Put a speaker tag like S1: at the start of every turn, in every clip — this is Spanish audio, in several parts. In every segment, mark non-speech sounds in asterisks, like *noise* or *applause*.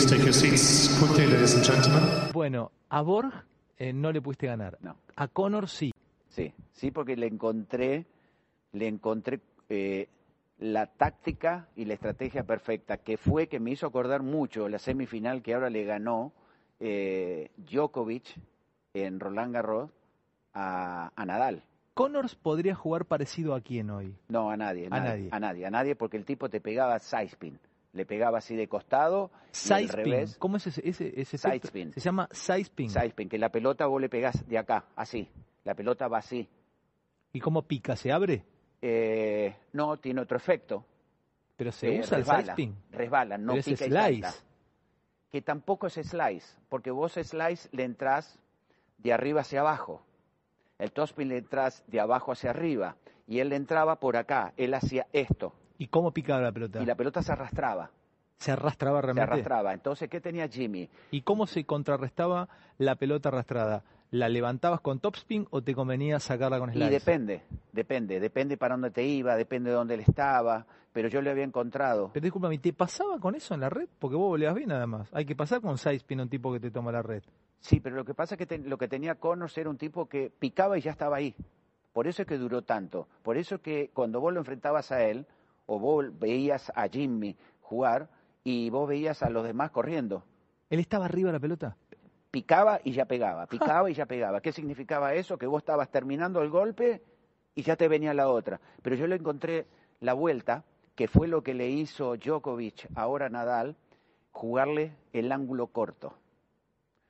S1: seats quickly, ladies and gentlemen.
S2: Bueno, a Borg eh, no le pudiste ganar.
S3: No.
S2: A Connor sí.
S3: Sí, sí, porque le encontré, le encontré eh, la táctica y la estrategia perfecta, que fue que me hizo acordar mucho la semifinal que ahora le ganó eh, Djokovic en Roland Garros a, a Nadal.
S2: Connors podría jugar parecido a quién hoy.
S3: No, a nadie,
S2: A
S3: nadie,
S2: nadie.
S3: a nadie, a nadie, porque el tipo te pegaba sidespin, le pegaba así de costado y al
S2: Sidespin.
S3: revés
S2: ¿Cómo es ese, ese, ese efecto?
S3: Sidespin.
S2: Se llama sidespin.
S3: sidespin, que la pelota vos le pegás de acá, así, la pelota va así.
S2: ¿Y cómo pica? ¿Se abre?
S3: Eh, no, tiene otro efecto.
S2: Pero se
S3: eh,
S2: usa
S3: resbala,
S2: el sidespin.
S3: Resbala, no
S2: Pero es
S3: pica y
S2: slice.
S3: salta. que tampoco es slice, porque vos slice le entrás de arriba hacia abajo. El topspin le entras de abajo hacia arriba. Y él le entraba por acá, él hacía esto.
S2: ¿Y cómo picaba la pelota?
S3: Y la pelota se arrastraba,
S2: Se arrastraba
S3: se
S2: realmente.
S3: arrastraba. Entonces, ¿qué tenía Jimmy?
S2: ¿Y cómo se contrarrestaba la pelota arrastrada? ¿La levantabas con topspin o te convenía sacarla con slice?
S3: Y depende, depende, depende para dónde te iba, depende de dónde él estaba, pero yo le había encontrado.
S2: Pero discúlpame, ¿te pasaba con eso en la red? Porque vos voleas bien nada más. Hay que pasar con sidespin a un tipo que te toma la red.
S3: Sí, pero lo que pasa es que ten- lo que tenía Connors era un tipo que picaba y ya estaba ahí. Por eso es que duró tanto. Por eso es que cuando vos lo enfrentabas a él, o vos veías a Jimmy jugar, y vos veías a los demás corriendo.
S2: ¿Él estaba arriba de la pelota?
S3: Picaba y ya pegaba, picaba y ya pegaba. ¿Qué significaba eso? Que vos estabas terminando el golpe y ya te venía la otra. Pero yo le encontré la vuelta, que fue lo que le hizo Djokovic ahora a Nadal, jugarle el ángulo corto.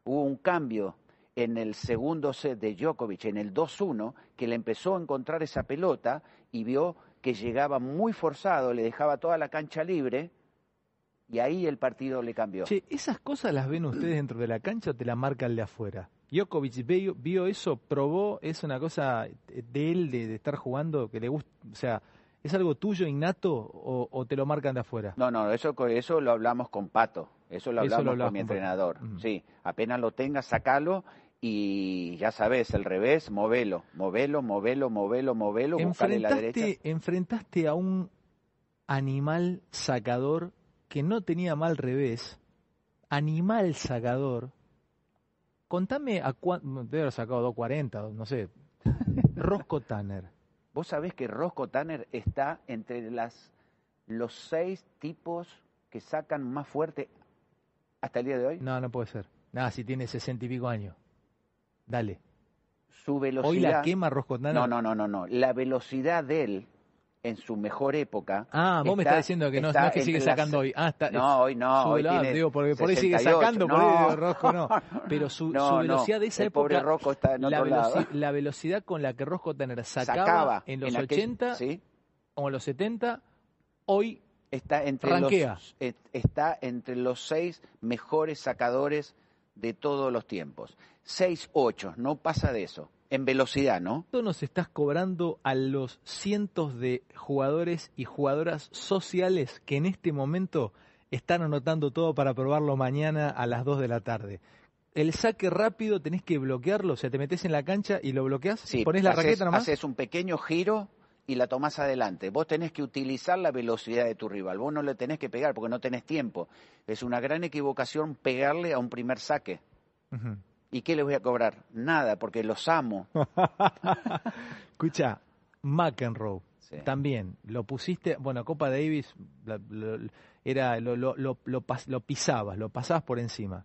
S3: Hubo un cambio en el segundo set de Djokovic, en el 2-1, que le empezó a encontrar esa pelota y vio que llegaba muy forzado, le dejaba toda la cancha libre y ahí el partido le cambió.
S2: Che, ¿esas cosas las ven ustedes dentro de la cancha o te la marca el de afuera? Djokovic vio, vio eso, probó, es una cosa de él, de, de estar jugando, que le gusta, o sea, ¿es algo tuyo innato o, o te lo marcan de afuera?
S3: No, no, eso, co- eso lo hablamos con Pato,
S2: Eso
S3: eso lo
S2: lo
S3: hablamos
S2: hablabas
S3: con mi
S2: con Pato.
S3: entrenador.
S2: Ujú.
S3: Sí, apenas lo tengas, sacalo y ya sabes, el revés, movelo, movelo, movelo, movelo, movelo, buscale la derecha.
S2: enfrentaste, enfrentaste a un animal sacador que no tenía mal revés, animal sacador. Contame a cuánto, debe haber sacado 240, no
S3: *laughs*
S2: sé. Rosco Tanner.
S3: Vos sabés que Rosco Tanner está entre las, los seis tipos que sacan más fuerte hasta el día de hoy.
S2: No, no puede ser. Nada, si tiene 60 y pico años. Dale.
S3: Su velocidad.
S2: Hoy la quema Rosco Tanner.
S3: No, no, no, no, no. La velocidad de él en su mejor época.
S2: Ah, vos me
S3: está-
S2: estás diciendo que no,
S3: está
S2: no es que sigue
S3: entre las-
S2: sacando hoy. Ah, está,
S3: No, hoy no.
S2: Su
S3: hoy
S2: velo- ah,
S3: tiene
S2: digo, porque por ahí sigue
S3: 68.
S2: sacando, por ahí
S3: No,
S2: digo, Rosco
S3: *laughs*
S2: no. Pero su,
S3: no,
S2: su
S3: no.
S2: velocidad de esa
S3: El
S2: época,
S3: Pobre Rosco está en
S2: la,
S3: otro lado.
S2: veloci- la velocidad con la que Rosco Tanner sacaba, en los
S3: aquel-
S2: 80
S3: sí,
S2: o en los 70, hoy
S3: está entre
S2: Ranquea.
S3: los eh, está entre los seis mejores sacadores de todos los tiempos. Seis ocho, no pasa de eso. En velocidad, ¿no?
S2: ¿cuánto nos estás cobrando a los cientos de jugadores y jugadoras sociales que en este momento están anotando todo para probarlo mañana a las 2 de la tarde? El saque rápido tenés que bloquearlo, o sea, te metes en la cancha y lo bloqueas,
S3: Sí,
S2: pones la
S3: haces-
S2: raqueta nomás.
S3: Haces un pequeño giro y la tomás adelante. Vos tenés que utilizar la velocidad de tu rival. Vos no le tenés que pegar porque no tenés tiempo. Es una gran equivocación pegarle a un primer saque.
S2: Ujú.
S3: ¿Y qué les voy a cobrar? Nada, porque
S2: *laughs*
S3: los amo.
S2: Escucha, McEnroe.
S3: Sí.
S2: También, lo pusiste, bueno, Copa Davis la- lo, era, lo, lo, lo, lo pas- lo pisabas, lo pasabas por encima.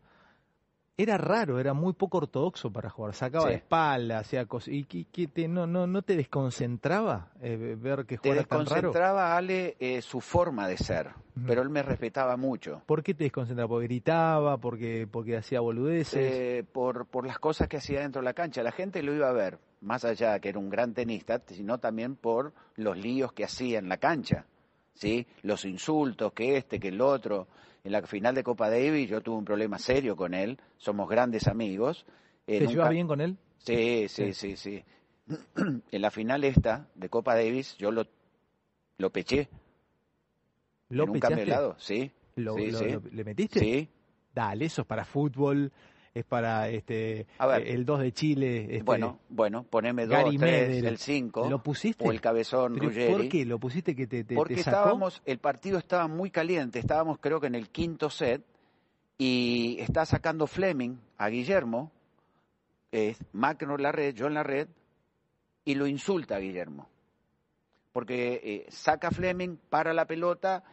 S2: Era raro, era muy poco ortodoxo para jugar, sacaba
S3: Sí.
S2: de espalda, hacía cos- ¿Y que, te, no, no, no te desconcentraba eh, ver que
S3: Te
S2: jugara tan raro?
S3: desconcentraba, Ale, eh, su forma de ser, pero él me respetaba mucho.
S2: ¿Por qué te desconcentraba? ¿Porque gritaba? ¿Porque, porque hacía boludeces?
S3: Eh, por, por las cosas que hacía dentro de la cancha. La gente lo iba a ver, más allá de que era un gran tenista, sino también por los líos que hacía en la cancha. ¿sí? Los insultos, que este, que el otro. En la final de Copa Davis yo tuve un problema serio con él, somos grandes amigos.
S2: ¿Te
S3: Eh, nunca-
S2: llevas bien con él?
S3: Sí, sí, sí, sí. *clears throat* en la final esta de Copa Davis yo lo, lo peché
S2: ¿Lo
S3: en un cambio de
S2: pechaste?
S3: lado, sí.
S2: ¿Lo-
S3: sí,
S2: lo-
S3: sí.
S2: lo- ¿Le metiste?
S3: Sí.
S2: Dale, eso es para fútbol, es para este
S3: A ver.
S2: el 2 de Chile. este,
S3: Bueno, bueno, poneme dos,
S2: Gary
S3: tres,
S2: Medel.
S3: el cinco.
S2: ¿Lo pusiste?
S3: O el cabezón
S2: Pero,
S3: Ruggeri.
S2: ¿Por qué? ¿Lo pusiste que te, te,
S3: Porque
S2: te sacó?
S3: estábamos, el partido estaba muy caliente, estábamos creo que en el quinto set y está sacando Fleming a Guillermo, eh, Macron la red, John la red, y lo insulta a Guillermo. Porque eh, saca a Fleming, para la pelota,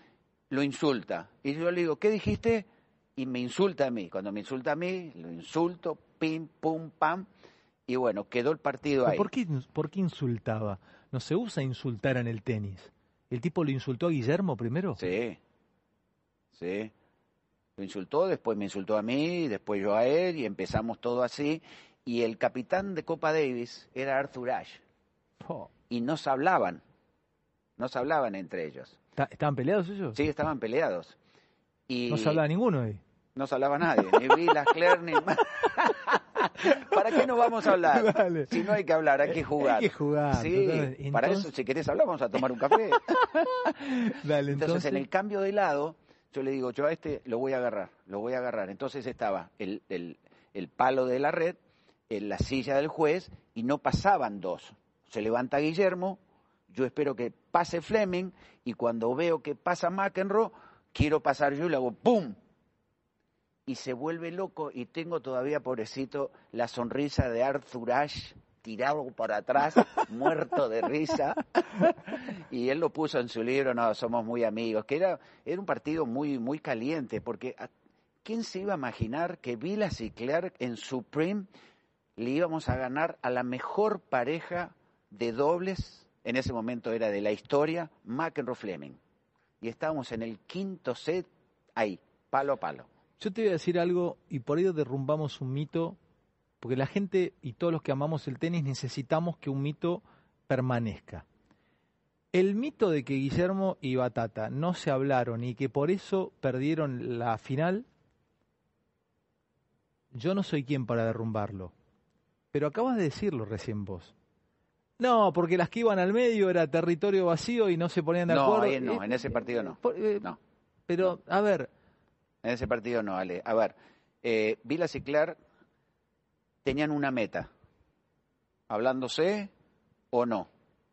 S3: lo insulta. Y yo le digo, ¿qué dijiste? Y me insulta a mí. Cuando me insulta a mí, lo insulto, pim, pum, pam. Y bueno, quedó el partido
S2: ¿Pero
S3: ahí.
S2: ¿Por qué, ¿Por qué insultaba? No se usa insultar en el tenis. ¿El tipo lo insultó a Guillermo primero?
S3: Sí, sí. Lo insultó, después me insultó a mí, después yo a él, y empezamos todo así. Y el capitán de Copa Davis era Arthur Ashe,
S2: Po.
S3: y no se hablaban, no se hablaban entre ellos.
S2: ¿Está- ¿Estaban peleados ellos?
S3: Sí, estaban peleados. Y
S2: No se hablaba ninguno ahí.
S3: no se hablaba nadie, ni Vilas, Claire, ni... *laughs* ¿Para qué nos vamos a hablar?
S2: *laughs* Dale.
S3: Si no hay que hablar, hay que jugar.
S2: Hay que jugar,
S3: Sí,
S2: total.
S3: para eso,
S2: Entonces-
S3: si querés hablar, vamos a tomar un café.
S2: Dale,
S3: Entonces,
S2: entonces.
S3: en el cambio de lado, yo le digo, yo a este lo voy a agarrar, lo voy a agarrar. Entonces estaba el, el- el palo de la red, en la silla del juez, y no pasaban dos. Se levanta Guillermo, yo espero que pase Fleming, y cuando veo que pasa McEnroe, quiero pasar yo y le hago ¡pum! Y se vuelve loco, y tengo todavía, pobrecito, la sonrisa de Arthur Ashe tirado para atrás, *laughs* muerto de risa y él lo puso en su libro, no, somos muy amigos, que era, era un partido muy, muy caliente, porque a- ¿quién se iba a imaginar que Vilas y Clark en Supreme le íbamos a ganar a la mejor pareja de dobles, en ese momento era de la historia, McEnroe Fleming? Y estábamos en el quinto set ahí, palo a palo.
S2: Yo te voy a decir algo y por ello derrumbamos un mito, porque la gente y todos los que amamos el tenis necesitamos que un mito permanezca. El mito de que Guillermo y Batata no se hablaron y que por eso perdieron la final, yo no soy quien para derrumbarlo. Pero acabas de decirlo recién vos. No, porque las que iban al medio era territorio vacío y no se ponían de
S3: No,
S2: acuerdo.
S3: ahí no,
S2: Eh,
S3: en ese partido no.
S2: por- eh,
S3: No.
S2: Pero, a ver,
S3: En ese partido no, Ale. A ver, eh, Vilas y Clark tenían una meta. Hablándose o no.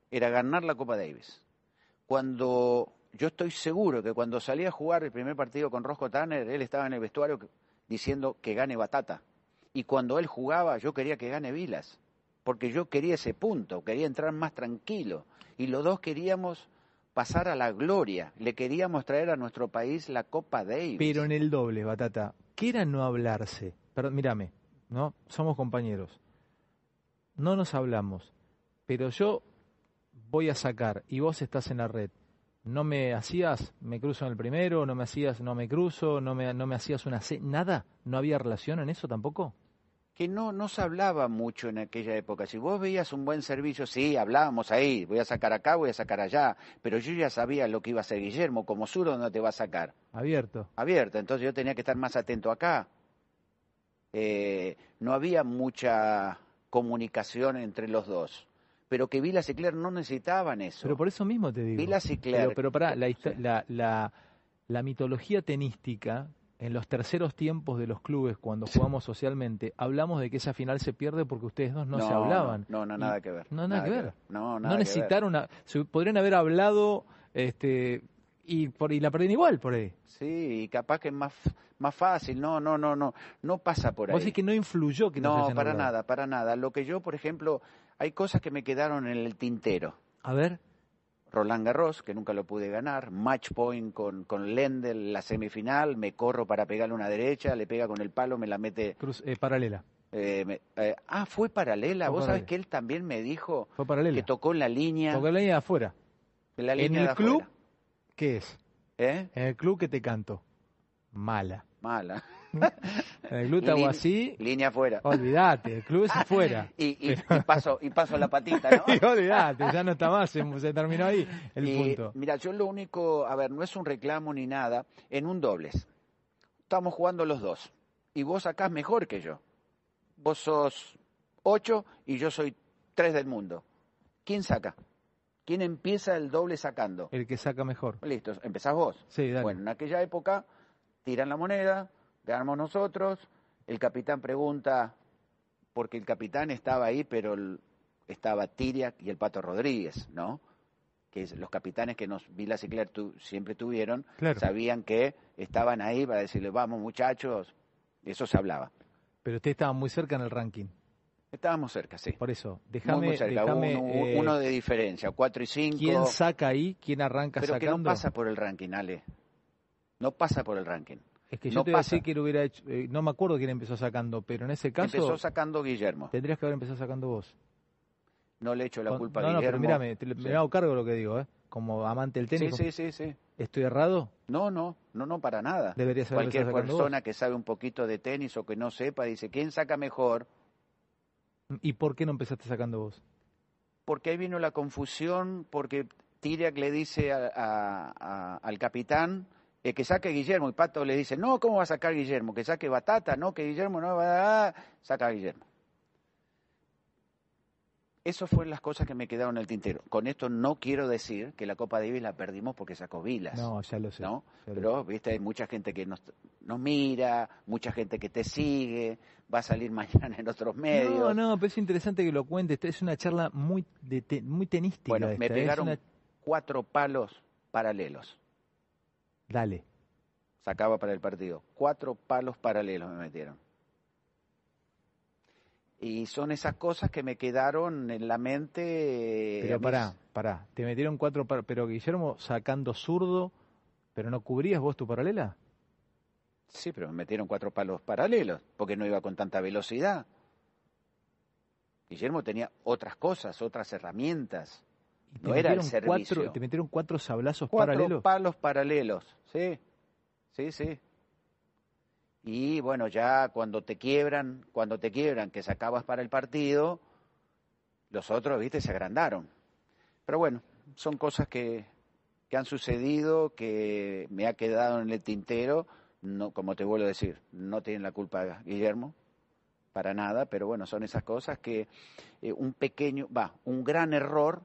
S3: Era ganar la Copa Davis. Cuando yo estoy seguro que cuando salí a jugar el primer partido con Roscoe Tanner, él estaba en el vestuario que- diciendo que gane Batata. Y cuando él jugaba, yo quería que gane Vilas. Porque yo quería ese punto, quería entrar más tranquilo. Y los dos queríamos pasar a la gloria. Le queríamos traer a nuestro país la Copa Davis.
S2: Pero en el doble, Batata, ¿qué era no hablarse? Perdón, mírame, ¿no? Somos compañeros. No nos hablamos, pero yo voy a sacar y vos estás en la red. No me hacías, me cruzo en el primero, no me hacías, no me cruzo, no me, no me hacías una C, nada. ¿No había relación en eso tampoco?
S3: que no, no se hablaba mucho en aquella época. Si vos veías un buen servicio, sí, hablábamos ahí, voy a sacar acá, voy a sacar allá, pero yo ya sabía lo que iba a hacer Guillermo, como Zuro no te va a sacar
S2: Abierto.
S3: abierta, entonces yo tenía que estar más atento acá. Eh, no había mucha comunicación entre los dos, pero que Vilas y Claire no necesitaban eso.
S2: Pero por eso mismo te digo.
S3: Vilas y Claire,
S2: Pero, pero pará, la, histo-
S3: Sí.
S2: la, la- la mitología tenística, en los terceros tiempos de los clubes, cuando jugamos socialmente, hablamos de que esa final se pierde porque ustedes dos no, se hablaban.
S3: No, no,
S2: Y
S3: nada que ver.
S2: no, nada que ver.
S3: No,
S2: No,
S3: nada que ver.
S2: necesitaron, a- se podrían haber hablado este, y, por, y la perdieron igual por ahí.
S3: Sí, y capaz que es más, más fácil. No, no, no, no. No pasa por ahí.
S2: Vos decís que no influyó que nos
S3: No,
S2: hayan
S3: para
S2: hablado.
S3: nada, para nada. Lo que yo, por ejemplo, hay cosas que me quedaron en el tintero.
S2: A ver,
S3: Roland Garros, que nunca lo pude ganar, match point con, con Lendl, la semifinal, me corro para pegarle una derecha, le pega con el palo, me la mete...
S2: cruz, eh, paralela.
S3: eh, me- eh, ah, fue paralela.
S2: Fue
S3: Vos sabés
S2: paralela.
S3: que él también me dijo
S2: Fue paralela.
S3: que tocó en la línea...
S2: Porque la línea de afuera.
S3: en la
S2: en
S3: línea
S2: el
S3: de
S2: club-
S3: afuera.
S2: ¿Qué es?
S3: ¿Eh?
S2: En el club que te canto. Mala.
S3: Mala. *laughs*
S2: En el club te hago
S3: Lin-
S2: así.
S3: Línea afuera.
S2: Olvídate, el club
S3: *laughs* Ah,
S2: es afuera.
S3: Y, y- y paso, y paso la patita,
S2: *laughs*
S3: ¿no?
S2: Y olvidate, ya no está más, se, se terminó ahí el
S3: Y,
S2: punto.
S3: Mira, yo lo único, a ver, no es un reclamo ni nada, en un dobles. Estamos jugando los dos. Y vos sacás mejor que yo. Vos sos ocho y yo soy tres del mundo. ¿Quién saca? ¿Quién empieza el doble sacando?
S2: El que saca mejor.
S3: Listo, empezás vos.
S2: Sí, dale.
S3: Bueno, en aquella época tiran la moneda, ganamos nosotros, el capitán pregunta, porque el capitán estaba ahí, pero el- estaba Tiriac y el Pato Rodríguez, ¿no? que es- los capitanes que nos Vilas y Claire tu- siempre tuvieron,
S2: Claro.
S3: sabían que estaban ahí para decirles, vamos muchachos, eso se hablaba.
S2: Pero usted estaba muy cerca en el ranking.
S3: Estábamos cerca, sí.
S2: Por eso,
S3: Muy,
S2: déjame.
S3: muy cerca,
S2: déjame,
S3: uno,
S2: eh,
S3: uno de diferencia, cuatro y cinco.
S2: ¿Quién saca ahí? ¿Quién arranca
S3: Pero que
S2: sacando?
S3: no pasa por el ranking, Ale. No pasa por el ranking.
S2: es que yo
S3: no
S2: te iba a
S3: pasa.
S2: decir que lo hubiera hecho. eh, no me acuerdo quién empezó sacando, pero en ese caso
S3: Empezó sacando Guillermo.
S2: tendrías que haber empezado sacando vos.
S3: No le echo la
S2: Con-
S3: culpa
S2: no,
S3: a
S2: no, pero
S3: Guillermo.
S2: mírame, te- me
S3: Sí.
S2: hago cargo de lo que digo, ¿eh? Como amante del
S3: sí,
S2: tenis,
S3: sí, sí, sí.
S2: ¿estoy errado?
S3: No, no, no, no, para nada.
S2: Deberías haber
S3: Cualquier
S2: empezado sacando
S3: persona que sabe un poquito de tenis o que no sepa dice, ¿quién saca mejor?
S2: vos. ¿Y por qué no empezaste sacando vos?
S3: Porque ahí vino la confusión, porque Tiriac le dice a- a- a- al capitán eh, que saque Guillermo y Pato le dice, no, ¿cómo va a sacar Guillermo? Que saque Batata, no, que Guillermo no va a... Saca a Guillermo. Eso fueron las cosas que me quedaron en el tintero. Con esto no quiero decir que la Copa Davis la perdimos porque sacó Vilas.
S2: No, ya lo sé.
S3: ¿no?
S2: ya lo
S3: Pero, viste, hay mucha gente que nos, nos mira, mucha gente que te sigue, va a salir *laughs* mañana en otros medios.
S2: No, no, pero es interesante que lo cuentes. Es una charla muy de te- muy tenística.
S3: Bueno,
S2: esta,
S3: me
S2: ¿eh? Es
S3: pegaron
S2: una-
S3: cuatro palos paralelos.
S2: Dale.
S3: Sacaba para el partido. Cuatro palos paralelos me metieron. Y son esas cosas que me quedaron en la mente. eh, a
S2: Pero
S3: mí
S2: pará, pará. Te metieron cuatro. par- Pero Guillermo sacando zurdo, ¿pero no cubrías vos tu paralela?
S3: Sí, pero me metieron cuatro palos paralelos, porque no iba con tanta velocidad. Guillermo tenía otras cosas, otras herramientas.
S2: Y te
S3: No era el
S2: metieron
S3: servicio.
S2: cuatro, Te metieron cuatro sablazos
S3: Cuatro
S2: paralelos.
S3: palos paralelos, sí, sí, sí. Y bueno, ya cuando te quiebran, cuando te quiebran, que sacabas para el partido, los otros, viste, se agrandaron. Pero bueno, son cosas que, que han sucedido, que me ha quedado en el tintero. No, como te vuelvo a decir, no tienen la culpa Guillermo, para nada, pero bueno, son esas cosas que eh, un pequeño, va, un gran error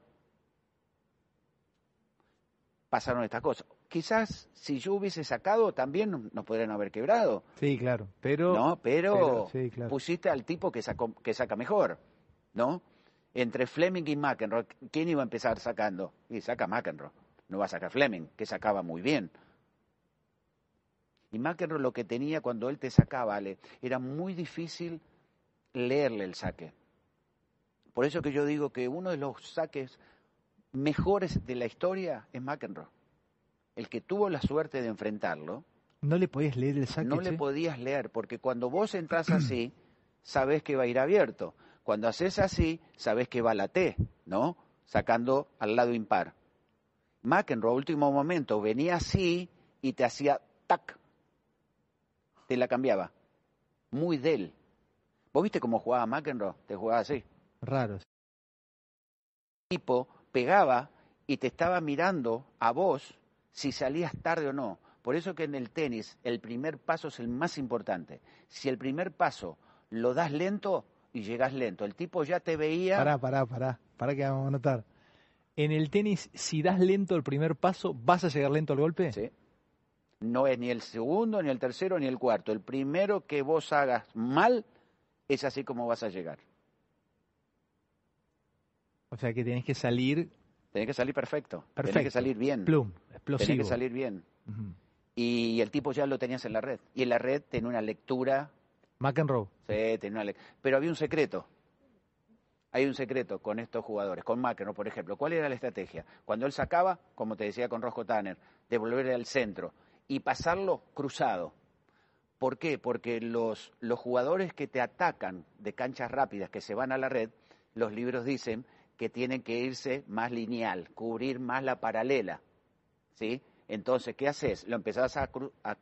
S3: pasaron estas cosas. Quizás si yo hubiese sacado también nos podrían haber quebrado,
S2: Sí, claro. Pero.
S3: ¿no? Pero,
S2: pero, sí, claro.
S3: pusiste al tipo que, sacó, que saca mejor, ¿no? Entre Fleming y McEnroe, ¿quién iba a empezar sacando? Y saca McEnroe, no va a sacar Fleming, que sacaba muy bien. Y McEnroe lo que tenía cuando él te sacaba, Ale, era muy difícil leerle el saque. Por eso que yo digo que uno de los saques mejores de la historia es McEnroe. El que tuvo la suerte de enfrentarlo,
S2: No le podías leer el saque.
S3: no le
S2: che?
S3: podías leer, porque cuando vos entras así, *clears throat* sabés que va a ir abierto. Cuando haces así, sabés que va a la T, ¿no? Sacando al lado impar. McEnroe, a último momento, venía así y te hacía tac. Te la cambiaba. Muy de él. ¿Vos viste cómo jugaba McEnroe? Te jugaba así
S2: Raro.
S3: tipo pegaba y te estaba mirando a vos si salías tarde o no. Por eso que en el tenis el primer paso es el más importante. Si el primer paso lo das lento y llegas lento, el tipo ya te veía.
S2: Pará, pará, pará. Pará que vamos a anotar. En el tenis, si das lento el primer paso, ¿vas a llegar lento al golpe?
S3: Sí. No es ni el segundo, ni el tercero, ni el cuarto. El primero que vos hagas mal es así como vas a llegar.
S2: O sea que tenés que salir
S3: Tenés que salir perfecto. Tenés
S2: Perfecto.
S3: que salir bien.
S2: plum, explosivo.
S3: Tenés que salir bien.
S2: Ujú.
S3: Y el tipo ya lo tenías en la red. Y en la red tenía una lectura
S2: McEnroe.
S3: Sí, tenía una le- Pero había un secreto. Hay un secreto con estos jugadores, con Macron, por ejemplo. ¿Cuál era la estrategia? Cuando él sacaba, como te decía con Rosco Tanner, devolverle al centro y pasarlo cruzado. ¿Por qué? Porque los, los jugadores que te atacan de canchas rápidas, que se van a la red, los libros dicen que tienen que irse más lineal, cubrir más la paralela. ¿Sí? Entonces, ¿qué haces? Lo empezás a, cru- a-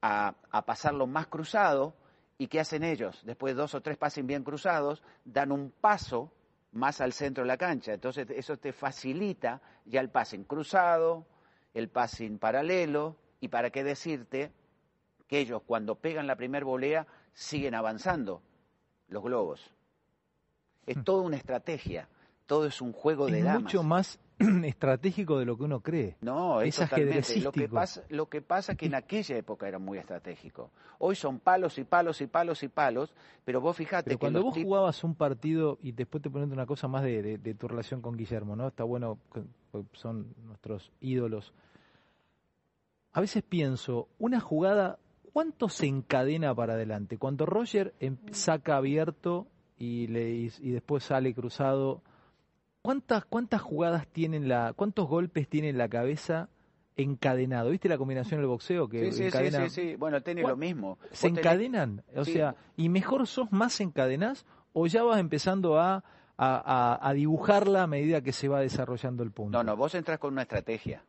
S3: a- a pasarlo más cruzado. ¿Y qué hacen ellos? Después de dos o tres pases bien cruzados, dan un paso más al centro de la cancha. Entonces, eso te facilita ya el pase en cruzado, el pase en paralelo. ¿Y para qué decirte que ellos, cuando pegan la primer volea, siguen avanzando los globos? Es toda una estrategia. todo es un juego de
S2: Hmm. es
S3: damas.
S2: mucho más *clears throat* estratégico de lo que uno cree.
S3: No, es
S2: Es
S3: totalmente. Lo que,
S2: ajedrecístico.
S3: pasa, lo que pasa
S2: *laughs*
S3: es que en aquella época era muy estratégico. Hoy son palos y palos y palos y palos, pero vos fijate
S2: Pero
S3: que
S2: cuando
S3: los
S2: vos
S3: tip-
S2: jugabas un partido, y después te poniendo una cosa más de, de- de tu relación con Guillermo, ¿no? Está bueno, que- que son nuestros ídolos. A veces pienso, una jugada, ¿cuánto se encadena para adelante? Cuando Roger em-
S3: Mm.
S2: saca abierto y, le, y, y después sale cruzado, ¿cuántas, cuántas jugadas tienen la, cuántos golpes tiene en la cabeza encadenado? ¿Viste la combinación del boxeo que
S3: Sí, sí, sí,
S2: encadena
S3: sí, sí. Bueno, tiene
S2: Bueno,
S3: lo mismo. Vos
S2: se
S3: tenés-
S2: encadenan, o
S3: sí.
S2: sea, y mejor sos más encadenás o ya vas empezando a, a- a- a dibujarla a medida que se va desarrollando el punto.
S3: No, no, vos entras con una estrategia.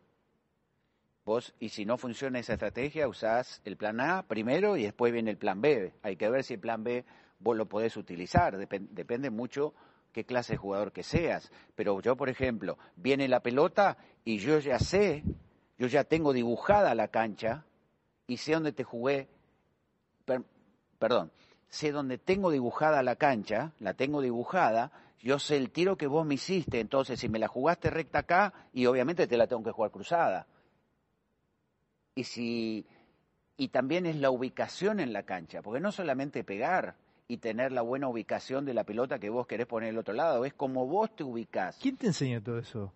S3: Vos, y si no funciona esa estrategia, usás el plan A primero y después viene el plan B. Hay que ver si el plan B vos lo podés utilizar. Depen- depende mucho qué clase de jugador que seas. Pero yo, por ejemplo, viene la pelota y yo ya sé, yo ya tengo dibujada la cancha y sé dónde te jugué. per- perdón, sé dónde tengo dibujada la cancha, la tengo dibujada, yo sé el tiro que vos me hiciste, entonces si me la jugaste recta acá, y obviamente te la tengo que jugar cruzada. Y si y también es la ubicación en la cancha, porque no solamente pegar y tener la buena ubicación de la pelota que vos querés poner al otro lado, es como vos te ubicás.
S2: ¿Quién te enseñó todo eso?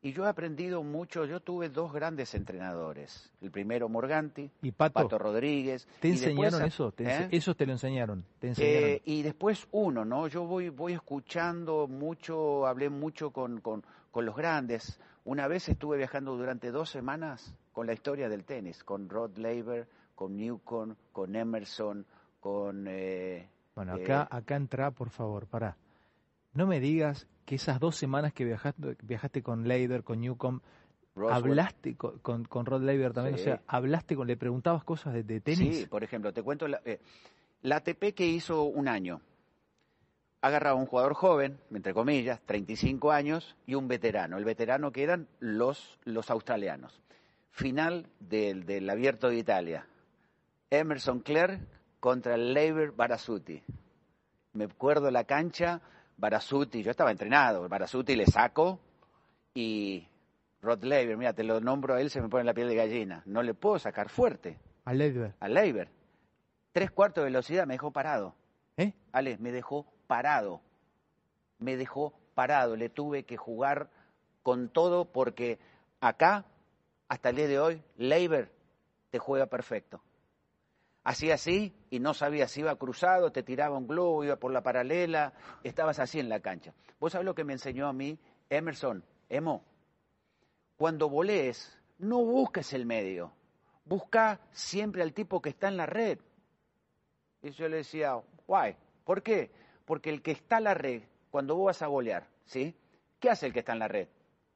S3: Y yo he aprendido mucho, yo tuve dos grandes entrenadores, el primero Morganti,
S2: Y Pato,
S3: Pato Rodríguez.
S2: ¿te
S3: y después
S2: enseñaron
S3: a-
S2: eso? ¿Te ense-
S3: ¿Eh?
S2: ¿Esos te lo enseñaron? ¿Te enseñaron?
S3: Eh, y después uno, ¿no? Yo voy, voy escuchando mucho, hablé mucho con, con, con los grandes. Una vez estuve viajando durante dos semanas con la historia del tenis, con Rod Laver, con Newcomb, con Emerson, con... eh,
S2: bueno,
S3: eh,
S2: acá, acá entra, por favor, pará. No me digas que esas dos semanas que viajaste, viajaste con Leider, con Newcomb,
S3: Roswell.
S2: hablaste con, con, con Rod Laver también,
S3: Sí.
S2: o sea, hablaste con, le preguntabas cosas de, de tenis.
S3: Sí, por ejemplo, te cuento la, eh, la ATP que hizo un año. Agarraba un jugador joven, entre comillas, 35 años, y un veterano. El veterano que eran los, los australianos. Final del, del Abierto de Italia. Emerson Clerc contra el Leiber Barasuti. Me acuerdo la cancha, Barasuti, yo estaba entrenado, Barasuti le saco y Rod Laver, mira, te lo nombro a él, se me pone la piel de gallina. No le puedo sacar fuerte
S2: A Leider,
S3: a Leiber. Tres cuartos de velocidad me dejó parado.
S2: ¿eh?
S3: Alex, me dejó parado. Me dejó parado. Le tuve que jugar con todo porque acá, hasta el día de hoy, Leiber te juega perfecto. Así así, y no sabía si iba cruzado, te tiraba un globo, iba por la paralela, estabas así en la cancha. ¿Vos sabés lo que me enseñó a mí Emerson? Emo, cuando volees, no busques el medio. Busca siempre al tipo que está en la red. Y yo le decía, guay, ¿por qué? Porque el que está en la red, cuando vos vas a golear, ¿sí? ¿Qué hace el que está en la red?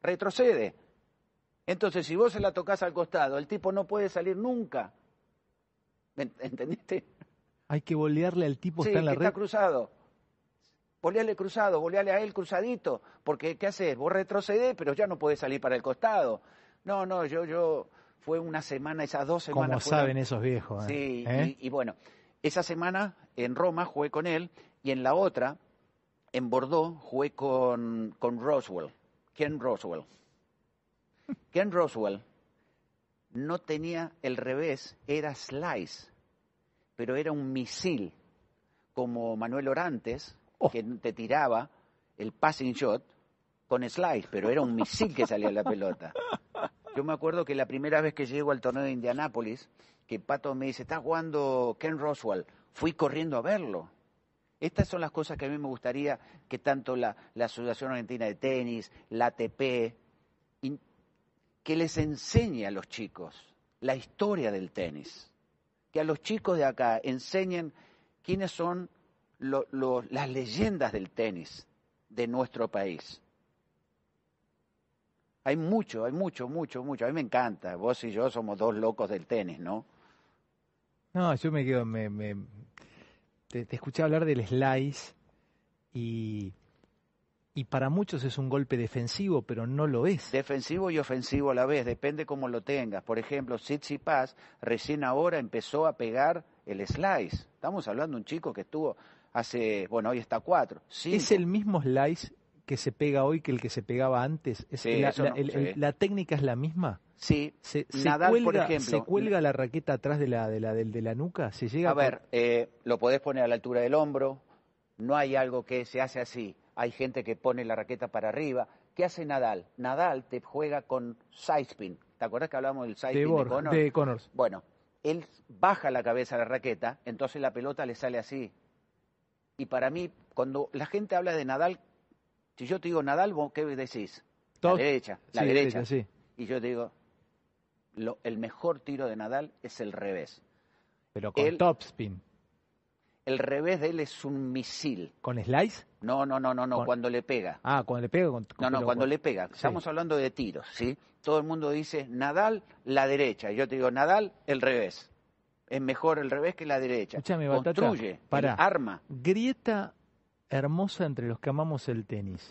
S3: Retrocede. Entonces, si vos se la tocas al costado, el tipo no puede salir nunca. ¿Me ent- ¿Entendiste?
S2: Hay que bolearle al tipo que
S3: Sí,
S2: está en la
S3: que
S2: red.
S3: está cruzado. Voleale cruzado, voleale a él cruzadito, porque ¿qué haces? Vos retrocedés, pero ya no podés salir para el costado. No, no, yo, yo, fue una semana, esas dos semanas.
S2: Como
S3: fueron-
S2: saben esos viejos. ¿eh?
S3: Sí,
S2: ¿Eh?
S3: y, y bueno, esa semana en Roma jugué con él y en la otra, en Bordeaux, jugué con, con Roswell, Ken
S2: *laughs*
S3: Roswell. Ken Roswell no tenía el revés, era slice, pero era un misil, como Manuel Orantes,
S2: Oh.
S3: que te tiraba el passing shot con slice, pero era un misil que salía
S2: *laughs*
S3: la pelota. Yo me acuerdo que la primera vez que llego al torneo de Indianápolis, que Pato me dice, está jugando Ken Roswell, fui corriendo a verlo. Estas son las cosas que a mí me gustaría que tanto la, la Asociación Argentina de Tenis, la ATP, in- que les enseñe a los chicos la historia del tenis. Que a los chicos de acá enseñen quiénes son lo- lo- las leyendas del tenis de nuestro país. Hay mucho, hay mucho, mucho, mucho. A mí me encanta. Vos y yo somos dos locos del tenis, ¿no?
S2: No, yo me quedo. Me, me- te, te escuché hablar del slice y, y para muchos es un golpe defensivo, pero no lo es.
S3: Defensivo y ofensivo a la vez, depende cómo lo tengas. Por ejemplo, Tsitsipas recién ahora empezó a pegar el slice. Estamos hablando de un chico que estuvo hace, bueno, hoy está cuatro. Cinco.
S2: Es el mismo slice que se pega hoy que el que se pegaba antes? Es-
S3: Sí,
S2: la,
S3: eso
S2: la-
S3: no,
S2: el- el-
S3: sí.
S2: la técnica es la misma?
S3: Sí,
S2: ¿Se, se
S3: Nadal, por
S2: cuelga,
S3: ejemplo.
S2: ¿se cuelga la raqueta atrás de la, de la, del- de la nuca? ¿Se llega
S3: A
S2: por-
S3: ver, eh, lo podés poner a la altura del hombro, no hay algo que se hace así. Hay gente que pone la raqueta para arriba. ¿Qué hace Nadal? Nadal te juega con sidespin. ¿Te acuerdas que hablamos del sidespin
S2: de,
S3: de,
S2: Borg-
S3: Conor?
S2: de Connors?
S3: Bueno, él baja la cabeza a la raqueta, entonces la pelota le sale así. Y para mí, cuando la gente habla de Nadal, si yo te digo Nadal, ¿vos ¿qué decís? La
S2: Todos-
S3: derecha, la
S2: sí,
S3: derecha.
S2: sí.
S3: Y yo te digo, lo- el mejor tiro de Nadal es el revés.
S2: Pero con
S3: Él-
S2: topspin.
S3: El revés de él es un misil.
S2: ¿Con slice?
S3: No, no, no, no, no,
S2: Con-
S3: cuando le pega.
S2: Ah, cuando le pega con...
S3: No, no,
S2: pero
S3: cuando
S2: con-
S3: le pega.
S2: sí.
S3: Estamos hablando de tiros, ¿sí? Todo el mundo dice Nadal, la derecha. Y Yo te digo Nadal, el revés. Es mejor el revés que la derecha.
S2: Escúchame, Batata,
S3: Construye,
S2: pará.
S3: el arma.
S2: Grieta hermosa entre los que amamos el tenis.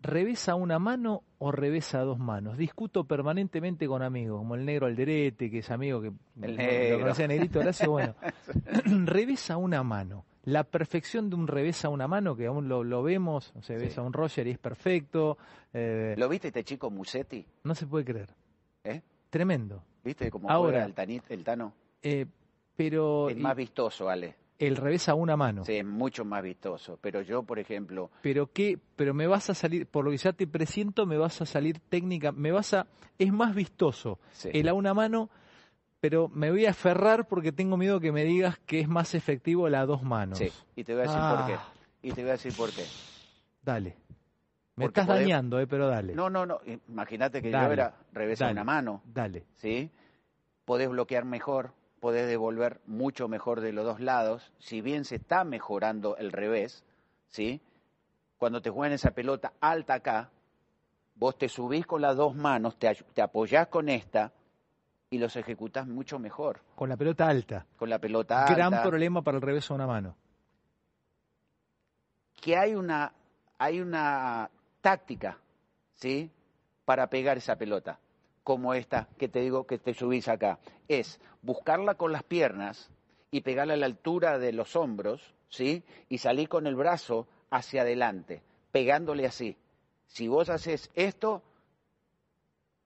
S2: ¿Revesa una mano o revesa dos manos? Discuto permanentemente con amigos, como el negro Alderete, que es amigo que
S3: El
S2: lo
S3: negro.
S2: conocía negrito Horacio,
S3: *laughs*
S2: bueno. *clears throat* revesa una mano. La perfección de un revesa una mano, que aún lo, lo vemos, se
S3: Sí.
S2: besa un Roger y es perfecto. eh,
S3: ¿Lo viste este chico Musetti?
S2: no se puede creer.
S3: ¿Eh?
S2: Tremendo.
S3: ¿Viste cómo
S2: Ahora.
S3: juega el, Tani- el Tano?
S2: Eh, pero
S3: Es
S2: y-
S3: más vistoso, Ale.
S2: el revesa una mano.
S3: Sí, es mucho más vistoso. Pero yo, por ejemplo,
S2: pero qué, pero me vas a salir, por lo que ya te presiento, me vas a salir técnica, me vas a, es más vistoso
S3: sí.
S2: el a una mano, pero me voy a aferrar porque tengo miedo que me digas que es más efectivo la a dos manos.
S3: Sí, y te voy a decir por qué.
S2: Ah,
S3: Y te voy a decir por qué.
S2: Dale. Me
S3: Porque
S2: estás
S3: podemos-
S2: dañando, eh, pero dale.
S3: No, no, no. Imagínate que yo
S2: Dale,
S3: era revés a
S2: dale.
S3: una mano.
S2: Dale.
S3: ¿sí? Podés bloquear mejor, podés devolver mucho mejor de los dos lados, si bien se está mejorando el revés, ¿sí? Cuando te juegan esa pelota alta acá, vos te subís con las dos manos, te, ay- te apoyás con esta y los ejecutás mucho mejor
S2: Con la pelota alta.
S3: con la pelota alta.
S2: Gran problema para el revés a una mano.
S3: que hay una, hay una táctica, ¿sí? Para pegar esa pelota, como esta que te digo que te subís acá. Es buscarla con las piernas y pegarla a la altura de los hombros, ¿sí? Y salir con el brazo hacia adelante, pegándole así. Si vos haces esto,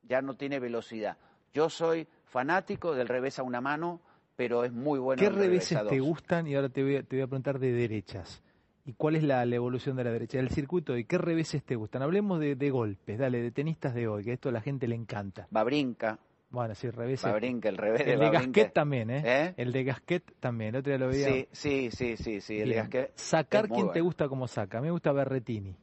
S3: ya no tiene velocidad. Yo soy fanático del revés a una mano, pero es muy bueno
S2: ¿Qué
S3: el revés
S2: reveses
S3: a
S2: te
S3: dos.
S2: gustan? Y ahora te voy, a, te voy a preguntar de derechas. ¿Y cuál es la, la evolución de la derecha? Del circuito, ¿y qué reveses te gustan? Hablemos de, de golpes, dale, de tenistas de hoy, que esto a la gente le encanta.
S3: Babrinca,
S2: Bueno, sí, reveses.
S3: Babrinca, el *laughs* revés de
S2: el de
S3: Babrinca.
S2: Gasquet también, ¿eh?
S3: ¿Eh?
S2: El de Gasquet también, el otro día lo veía.
S3: Sí, sí, sí, sí, sí. El
S2: Bien.
S3: Gasquet
S2: Sacar
S3: es muy
S2: quien te
S3: bueno.
S2: gusta como saca. A mí me gusta Berretini,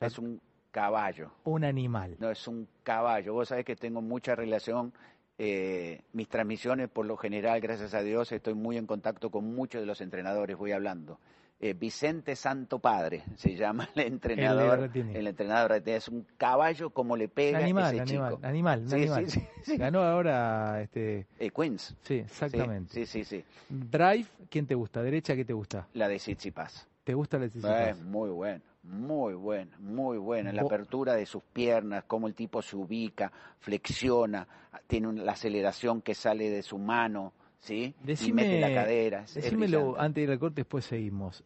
S3: es un caballo,
S2: un animal.
S3: no es un caballo. Vos sabés que tengo mucha relación, eh, mis transmisiones por lo general, gracias a Dios, estoy muy en contacto con muchos de los entrenadores, voy hablando. Eh, Vicente Santo Padre se llama el entrenador.
S2: Berrettini.
S3: El entrenador es un caballo como le pega
S2: animal,
S3: ese
S2: animal,
S3: chico.
S2: animal, un
S3: Sí,
S2: animal.
S3: sí, sí, sí.
S2: Ganó ahora, este,
S3: Eh, Queens.
S2: sí,
S3: Sí,
S2: exactamente.
S3: Sí, sí, sí.
S2: Drive, ¿quién te gusta? Derecha, ¿qué te gusta?
S3: La de Tsitsipas.
S2: ¿Te gusta la
S3: Es
S2: Tsitsipas?
S3: Eh, muy bueno, muy bueno, muy bueno. La
S2: Bo-
S3: apertura de sus piernas, cómo el tipo se ubica, flexiona, tiene un- la aceleración que sale de su mano, ¿sí?
S2: Decime-
S3: y mete la cadera. es- es
S2: Decímelo ah,
S3: brillante.
S2: antes de ir al corte, después seguimos.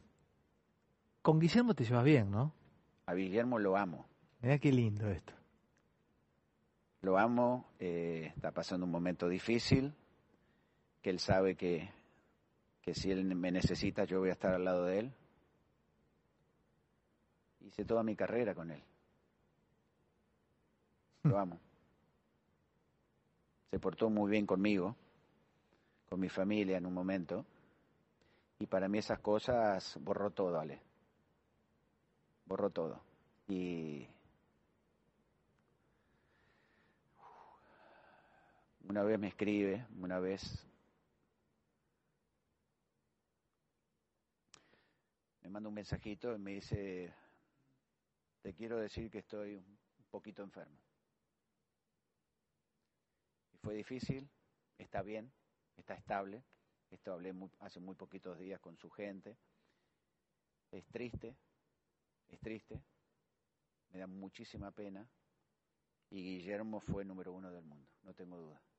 S2: Con Guillermo te llevas bien, ¿no?
S3: A Guillermo lo amo,
S2: Mirá qué lindo esto.
S3: lo amo. eh, está pasando un momento difícil, que él sabe que, que si él me necesita yo voy a estar al lado de él. Hice toda mi carrera con él. Lo amo. Se portó muy bien conmigo, con mi familia en un momento. Y para mí esas cosas borró todo, Ale. Borró todo. Y una vez me escribe, una vez me manda un mensajito y me dice, te quiero decir que estoy un poquito enfermo. Y fue difícil, está bien, está estable. Esto hablé muy- hace muy poquitos días con su gente. Es triste, es triste, me da muchísima pena. Y Guillermo fue número uno del mundo, no tengo duda.